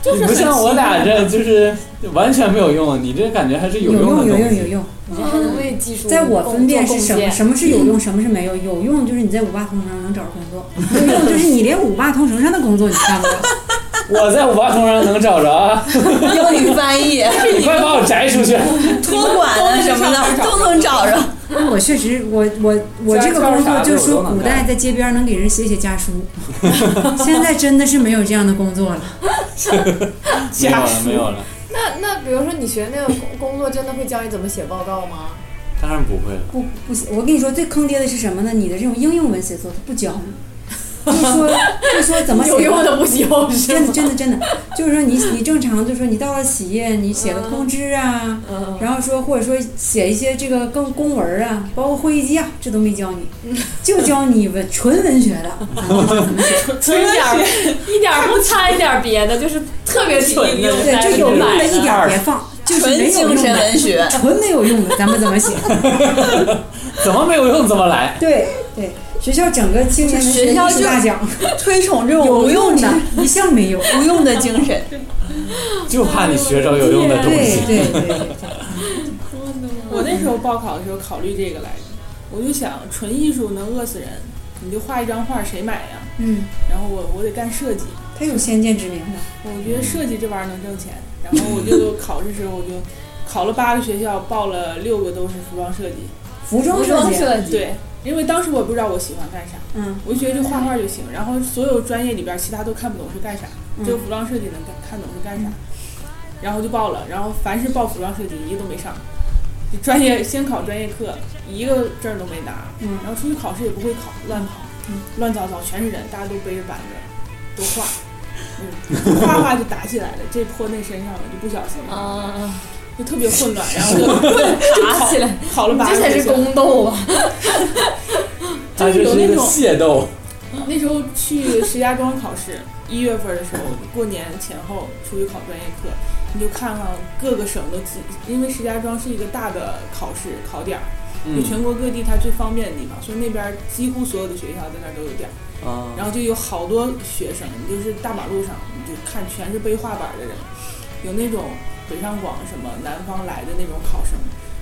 S5: 就是
S2: 你不
S5: 很
S2: 像我
S5: 奇
S2: 俩
S5: 怪
S2: 这就是完全没有用，你这感觉还是
S4: 有
S2: 用的东
S4: 有用有
S2: 西。
S4: 用，
S6: 你这还能
S1: 嗯
S6: 为技术
S4: 在我
S6: 贡
S4: 分辨是什
S6: 做贡
S4: 么
S6: 献
S4: 什么是有用，什么是没有。有用就是你在五八同城能找着工作，没有用就是你连五八同城上的工作你干不 了。
S2: 我在五八同上能找着啊！
S3: 英语翻译、
S2: 你快把我摘出去！
S3: 托管啊什么的 都能找着。
S4: 那我确实，我我我这个工作就是说，古代在街边能给人写写家书， 现在真的是没有这样的工作了。
S2: 没有了，没有了，
S1: 那那比如说你学那个工工作，真的会教你怎么写报告吗？
S2: 当然不会了。
S4: 不不行，我跟你说最坑爹的是什么呢？你的这种应用文写作他不教你，就说就说怎么写
S6: 有用的不行是
S4: 真的
S6: 吗？
S4: 真的真的，就是说你你正常，就是说你到了企业，你写个通知啊，
S6: 嗯，
S4: 然后说或者说写一些这个更公文啊，包括会议纪要，这都没教你，
S6: 嗯
S4: 就教你文纯文学的，
S6: 纯一点儿 一点儿不掺一点儿别的，就是特别纯的，
S4: 对，就有用的一点儿别放，就是
S3: 纯
S4: 没有用
S3: 精神
S4: 的。
S3: 文学，
S4: 纯没有用的，咱们怎么写？
S2: 怎么没有用怎么来。
S4: 对，对，学校整个青年文
S3: 学
S4: 学
S3: 校
S4: 艺术
S3: 就
S4: 大奖
S3: 推崇这种
S4: 有
S3: 无用
S4: 用的
S3: 的、
S4: 一项没有。
S3: 无用的精神。
S2: 就怕你学着有用的东
S4: 对啊
S2: 西。
S4: 对对对，
S5: 我那时候报考的时候考虑这个来着，我就想纯艺术能饿死人，你就画一张画谁买呀？
S4: 嗯，
S5: 然后我我得干设计，
S4: 他有先见之明的。
S5: 我觉得设计这玩意儿能挣钱，然后我就考试时候我就考了八个学校，报了六个都是服装设计。
S4: 服装
S6: 服
S4: 设
S6: 装
S4: 计，
S6: 设计，
S5: 对，因为当时我也不知道我喜欢干啥，
S4: 嗯，
S5: 我就觉得就画画就行，然后所有专业里边儿其他都看不懂是干啥，
S4: 嗯
S5: 只有服装设计能干看懂是干啥，然后就报了，然后凡是报服装设计一个都没上，就专业先考专业课一个证儿都没拿，
S4: 嗯
S5: 然后出去考试也不会考，乱考，
S6: 嗯
S5: 乱糟糟全是人，大家都背着板子，都画，嗯，画画就打起来了，这泼那身上了，就不小心了，
S6: 啊，
S5: 就特别混乱，然后就
S6: 打起来，
S5: 考了八
S6: 这
S5: 个
S6: 才
S5: 学
S6: 是
S5: 校。
S6: 宫斗
S3: 啊
S6: 吧？
S5: 就
S2: 它
S5: 是
S2: 这
S5: 有
S2: 是
S5: 那
S2: 一个
S5: 种
S2: 械斗，
S5: 那时候去石家庄考试，一月份的时候，过年前后出去考专业课，你就看看各个省都集，因为石家庄是一个大的考试考点儿，就
S2: 嗯
S5: 全国各地它最方便的地方，所以那边儿几乎所有的学校在那儿都有点儿。
S2: 啊，。
S5: 然后就有好多学生，你就是大马路上，你就看全是背画板的人，有那种北上广什么南方来的那种考生，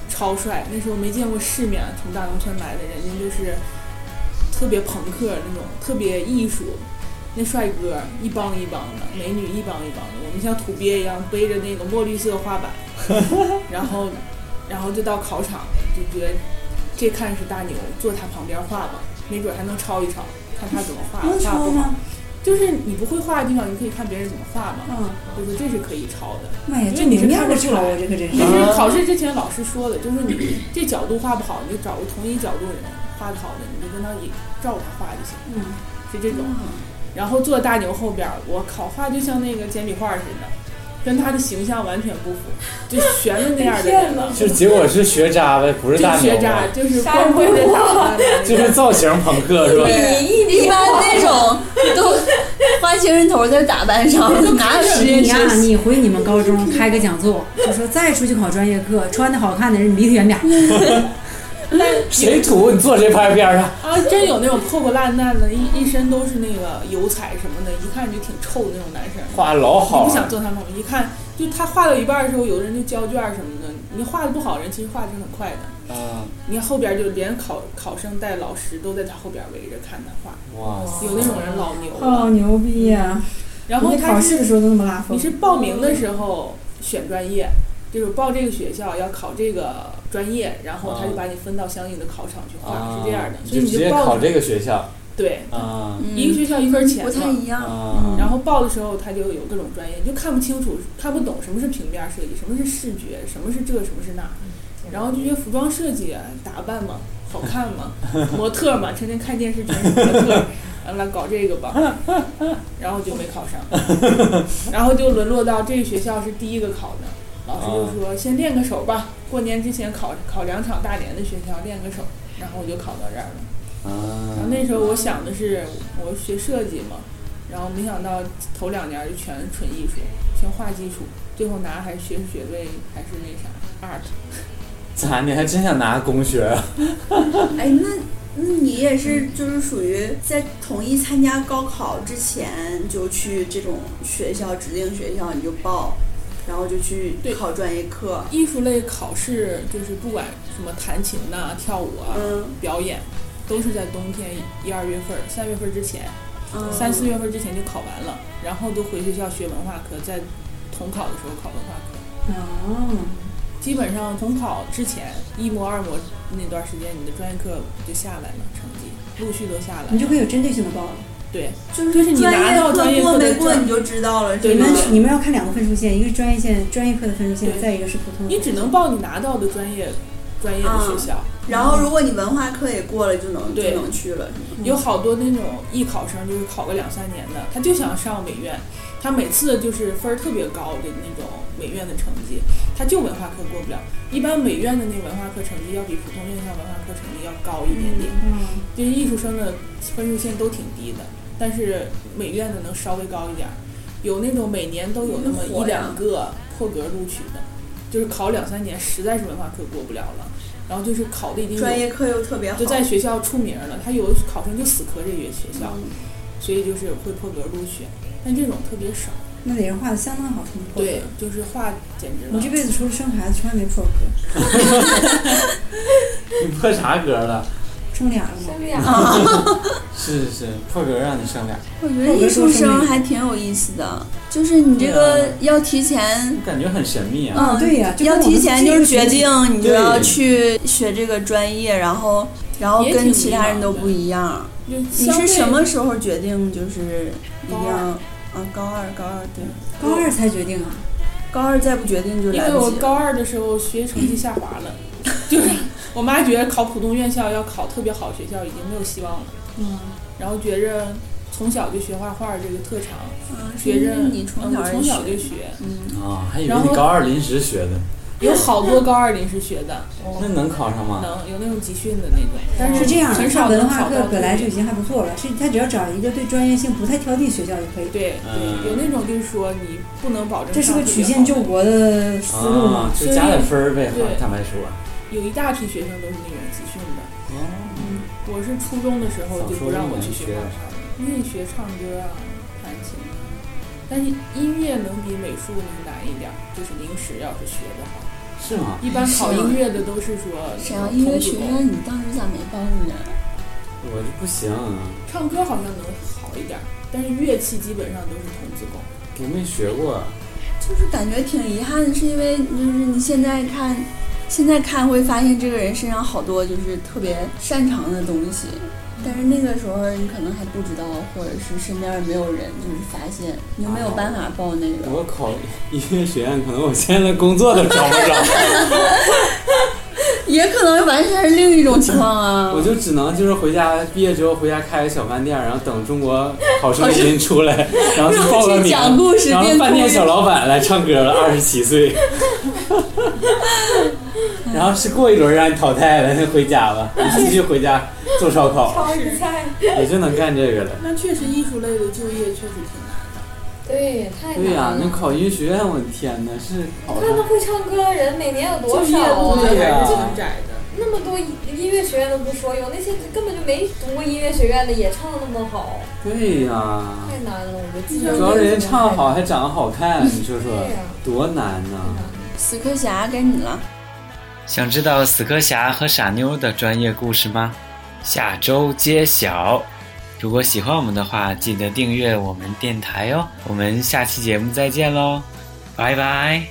S5: 超帅。那时候没见过世面，从大农村来的，人家就是特别朋克那种，特别艺术。那帅哥一帮一帮的，美女一帮一帮的，我们像土鳖一样背着那个墨绿色画板，然后，然后就到考场，就觉得这看是大牛，坐他旁边画吧，没准还能抄一抄，看他怎么画，
S4: 能
S5: 画
S4: 抄
S5: 不好。
S4: 吗？
S5: 就是你不会画的地方，你可以看别人怎么画嘛，
S4: 嗯，
S5: 就是这是可以抄的。
S4: 妈呀，
S5: 因为
S4: 这
S5: 你是
S4: 明面
S5: 看
S4: 不
S5: 不出
S4: 抄
S5: 来
S4: 啊，这可真是
S5: 但。是考试之前老师说的，就是你这角度画不好，你就找个同一角度人画的好的，你就跟他一照他画就行，
S4: 嗯，
S5: 是这种。然后坐大牛后边儿，我靠，画就像那个简笔画似的，跟他的形象完全不符，就悬着那 样的人了
S2: 就结果是学渣呗，不是
S5: 这
S2: 大
S5: 学
S2: 牛啊
S5: 渣
S2: 呗，
S5: 就是
S6: 杀人
S5: 光棍
S6: 不
S5: 的打扮
S2: 就是造型朋克是吧？
S3: 一般那种都花精神头在打扮 上，哪有实验
S4: 你
S5: 啊
S4: 呀、
S3: 室？
S4: 你回你们高中开个讲座，就说再出去考专业课，穿的好看的人你离他远点儿。
S2: 谁土你坐谁拍边上，
S5: 啊，真有那种破破烂烂的，一一身都是那个油彩什么的，一看就挺臭的那种男生。
S2: 画老好啊
S5: 你不
S2: 了
S5: 想。坐他旁边，一看就他画到一半的时候，有的人就交卷什么的。你画的不好，人其实画的是很快的。
S2: 啊，
S5: 你看后边就连考考生带老师都在他后边围着看他画，
S2: 哇塞，
S5: 有那种人老牛
S4: 好
S5: 了。
S4: 牛逼呀、
S5: 然后
S4: 人家
S5: 他
S4: 考
S5: 是
S4: 试的时候都那么拉风
S5: 你。是报名的时候选专业，就是报这个学校要考这个专业，然后他就把你分到相应的考场去画，
S2: 啊，
S5: 是这样的。所
S2: 就
S5: 以
S2: 直
S5: 你
S2: 接
S5: 就报
S2: 考
S5: 的
S2: 这个学校
S5: 对，
S2: 啊
S5: 一
S3: 嗯
S5: 个学校一分钱
S3: 不太
S5: 嘛
S3: 一样，
S2: 啊，
S5: 嗯然后报的时候，他就有各种专业，你就看不清楚、看不懂什么是平面设计，什么是视觉，什么是这，什么是那，然后就觉得服装设计啊，打扮嘛，好看嘛， 模特儿嘛，天天看电视全是模特 儿，完了搞这个吧，然后就没考上，然后就沦落到这个学校是第一个考的，老师就说先练个手吧，过年之前考考两场大连的学校练个手，然后我就考到这儿了。
S2: 啊
S5: 然后那时候我想的是，我学设计嘛，然后没想到头两年就全纯艺术，全画基础，最后拿还是学士学位，还是那啥 art。
S2: 咋你还真想拿工学啊？
S3: 哎，那那你也是就是属于在统一参加高考之前就去这种学校指定学校你就报，然后就去
S5: 对
S3: 考专业课，
S5: 艺术类考试就是不管什么弹琴呐、跳舞啊、
S3: 嗯
S5: 表演，都是在冬天一二月份儿、三月份儿之前，
S3: 嗯，
S5: 三四月份儿之前就考完了，然后就回学校学文化课，在统考的时候考文化课。
S4: 哦，
S5: 基本上统考之前一模二模那段时间，你的专业课就下来了，成绩陆续都下来了
S4: 你就可以有针对性的报了。
S5: 对，
S3: 就是
S5: 就是你拿到
S3: 专
S5: 专
S3: 业
S5: 业
S3: 课过
S5: 课
S3: 没
S5: 的
S3: 过
S5: 证
S3: 你就知道了，
S5: 对
S4: 你
S3: 是
S4: 们
S3: 吗
S5: 对？
S4: 你们要看两个分数线，一个是专业线专业课的分数线，
S5: 对
S4: 再一个是普通的。
S5: 你只能报你拿到的专业专业的学校。
S3: 然后如果你文化课也过了，就能就
S5: 对
S3: 能去了，是吗？
S5: 嗯有好多那种艺考生，就是考个两三年的，他就想上美院，他每次就是分儿特别高的那种美院的成绩，他就文化课过不了。一般美院的那文化课成绩要比普通院校文化课成绩要高一点点，
S4: 嗯，
S5: 就是艺术生的分数线都挺低的，但是美院的能稍微高一点儿。有那种每年都有那么
S3: 嗯
S5: 一两个破格录取的，就是考两三年实在是文化课过不了了，然后就是考的一定有
S3: 专业课又特别好，
S5: 就在学校出名了，他有的考生就死磕这个学校，
S3: 嗯
S5: 所以就是会破格入学，但这种特别少。
S4: 那得人画的相当好，挺破格
S5: 对，就是画简直
S4: 我
S5: 了
S4: 这。辈子除了生孩子，从来没破格，
S2: 你破啥格了？
S4: 生俩了吗？
S6: 嗯
S1: 真这样啊？
S2: 是是是，破格让你上俩，
S3: 我觉得艺术生还挺有意思的，就是你这个要提前，
S2: 感觉很神秘啊。
S3: 嗯，
S4: 啊对呀就跟
S3: 要
S4: 我们
S3: 提前就是决定你就
S2: 对
S3: 要去学这个专业，然后然后
S5: 也挺
S3: 跟其他人
S5: 迷茫
S3: 都
S5: 的
S3: 不一样。
S5: 就
S3: 你
S5: 相
S3: 是
S5: 对
S3: 什？么时候决定就是一定
S5: 高
S3: 要
S5: 二
S3: 啊？高二，高二对，
S4: 高二才决定啊，
S3: 高二再不决定就
S5: 因
S3: 来
S5: 为我
S3: 不及了。
S5: 高二的时候学业成绩下滑了，就是我妈觉得考普通院校要考特别好学校已经没有希望了，
S4: 嗯，
S5: 然后觉着从小就学画画这个特长，
S3: 嗯，
S5: 觉着
S3: 是你
S5: 嗯
S3: 从
S5: 我
S3: 小
S5: 从小
S3: 就
S5: 就学，
S3: 嗯，
S2: 啊，还以为
S5: 然
S2: 你
S5: 后
S2: 高二临时学的，
S5: 有好多高二临时学的，
S2: 那能考上吗？啊
S5: 能有那种集训的那种，但
S4: 是
S5: 是
S4: 这样，
S5: 很
S4: 上
S5: 少
S4: 文
S5: 能
S4: 化
S5: 考
S4: 课
S5: 到
S4: 本来就已
S5: 这
S4: 经还不错了，是他只要找一个对专业性不太挑剔的学校就可以
S5: 对。对
S2: 嗯，
S5: 有那种就是说你不能保证
S4: 这是个
S5: 上
S4: 曲
S5: 特别
S4: 线
S5: 好
S4: 救国的思路
S2: 啊
S4: 嘛？，
S2: 就加点分儿呗
S5: 所以，
S2: 坦白说。
S5: 有一大批学生都是那种集训的。
S2: 哦，
S5: 我是初中的时候就不让我去学画
S2: 早
S5: 画，因为学唱歌啊、弹琴啊，但是音乐能比美术能难一点儿，就是临时要是学的话，
S2: 是吗？
S5: 一般考
S3: 是吗
S5: 音乐的都是说
S3: 沈阳啊音乐学
S5: 同理
S3: 院，你当时咋没报呢？
S2: 我这不行，啊
S5: 工唱歌好像能好一点儿，但是乐器基本上都是童子功。
S2: 我没学过。
S3: 就是感觉挺遗憾的，是因为就是你现在看，现在看会发现这个人身上好多就是特别擅长的东西，但是那个时候你可能还不知道，或者是身边没有人就是发现，你就没有办法报那个。
S2: 我考音乐学院，可能我现在工作都找不着，
S3: 也可能完全是另一种情况啊
S2: 我。就只能就是回家，毕业之后回家开个小饭店，然后等中国考生林出来，然后去报个
S3: 去
S2: 名，
S3: 讲故事
S2: 然后
S3: 变
S2: 饭
S3: 故
S2: 店
S3: 事
S2: 小老板来唱歌了，二十七岁， 然后是过一轮让你淘汰了，那回家吧，你继续回家做烧烤，
S1: 炒你菜，
S2: 也就能干这个了。
S5: 那确实艺术类的就业确实挺难的，
S1: 对，太
S2: 对呀、
S1: 难
S2: 那
S1: 了。
S2: 考音乐学院，我的天哪，是考
S1: 看那
S2: 上
S1: 会唱歌的人每年有多
S5: 就业
S1: 少
S5: 路
S1: 啊
S5: 还？
S2: 对呀
S5: 是挺窄的。
S1: 那么多音乐学院都不说，有那些根本就没读过音乐学院的也唱得那么好，
S2: 对呀、
S1: 太难了，我觉得竞争真
S2: 主
S1: 的
S2: 要
S1: 是
S2: 人家唱得好
S1: 太
S2: 还长得好看，你说说
S1: 对呀
S2: 多难呐、
S1: 难了。
S3: 死磕侠该你了，
S7: 想知道死磕侠和傻妞的专业故事吗？下周揭晓。如果喜欢我们的话，记得订阅我们电台哦。我们下期节目再见喽，拜拜。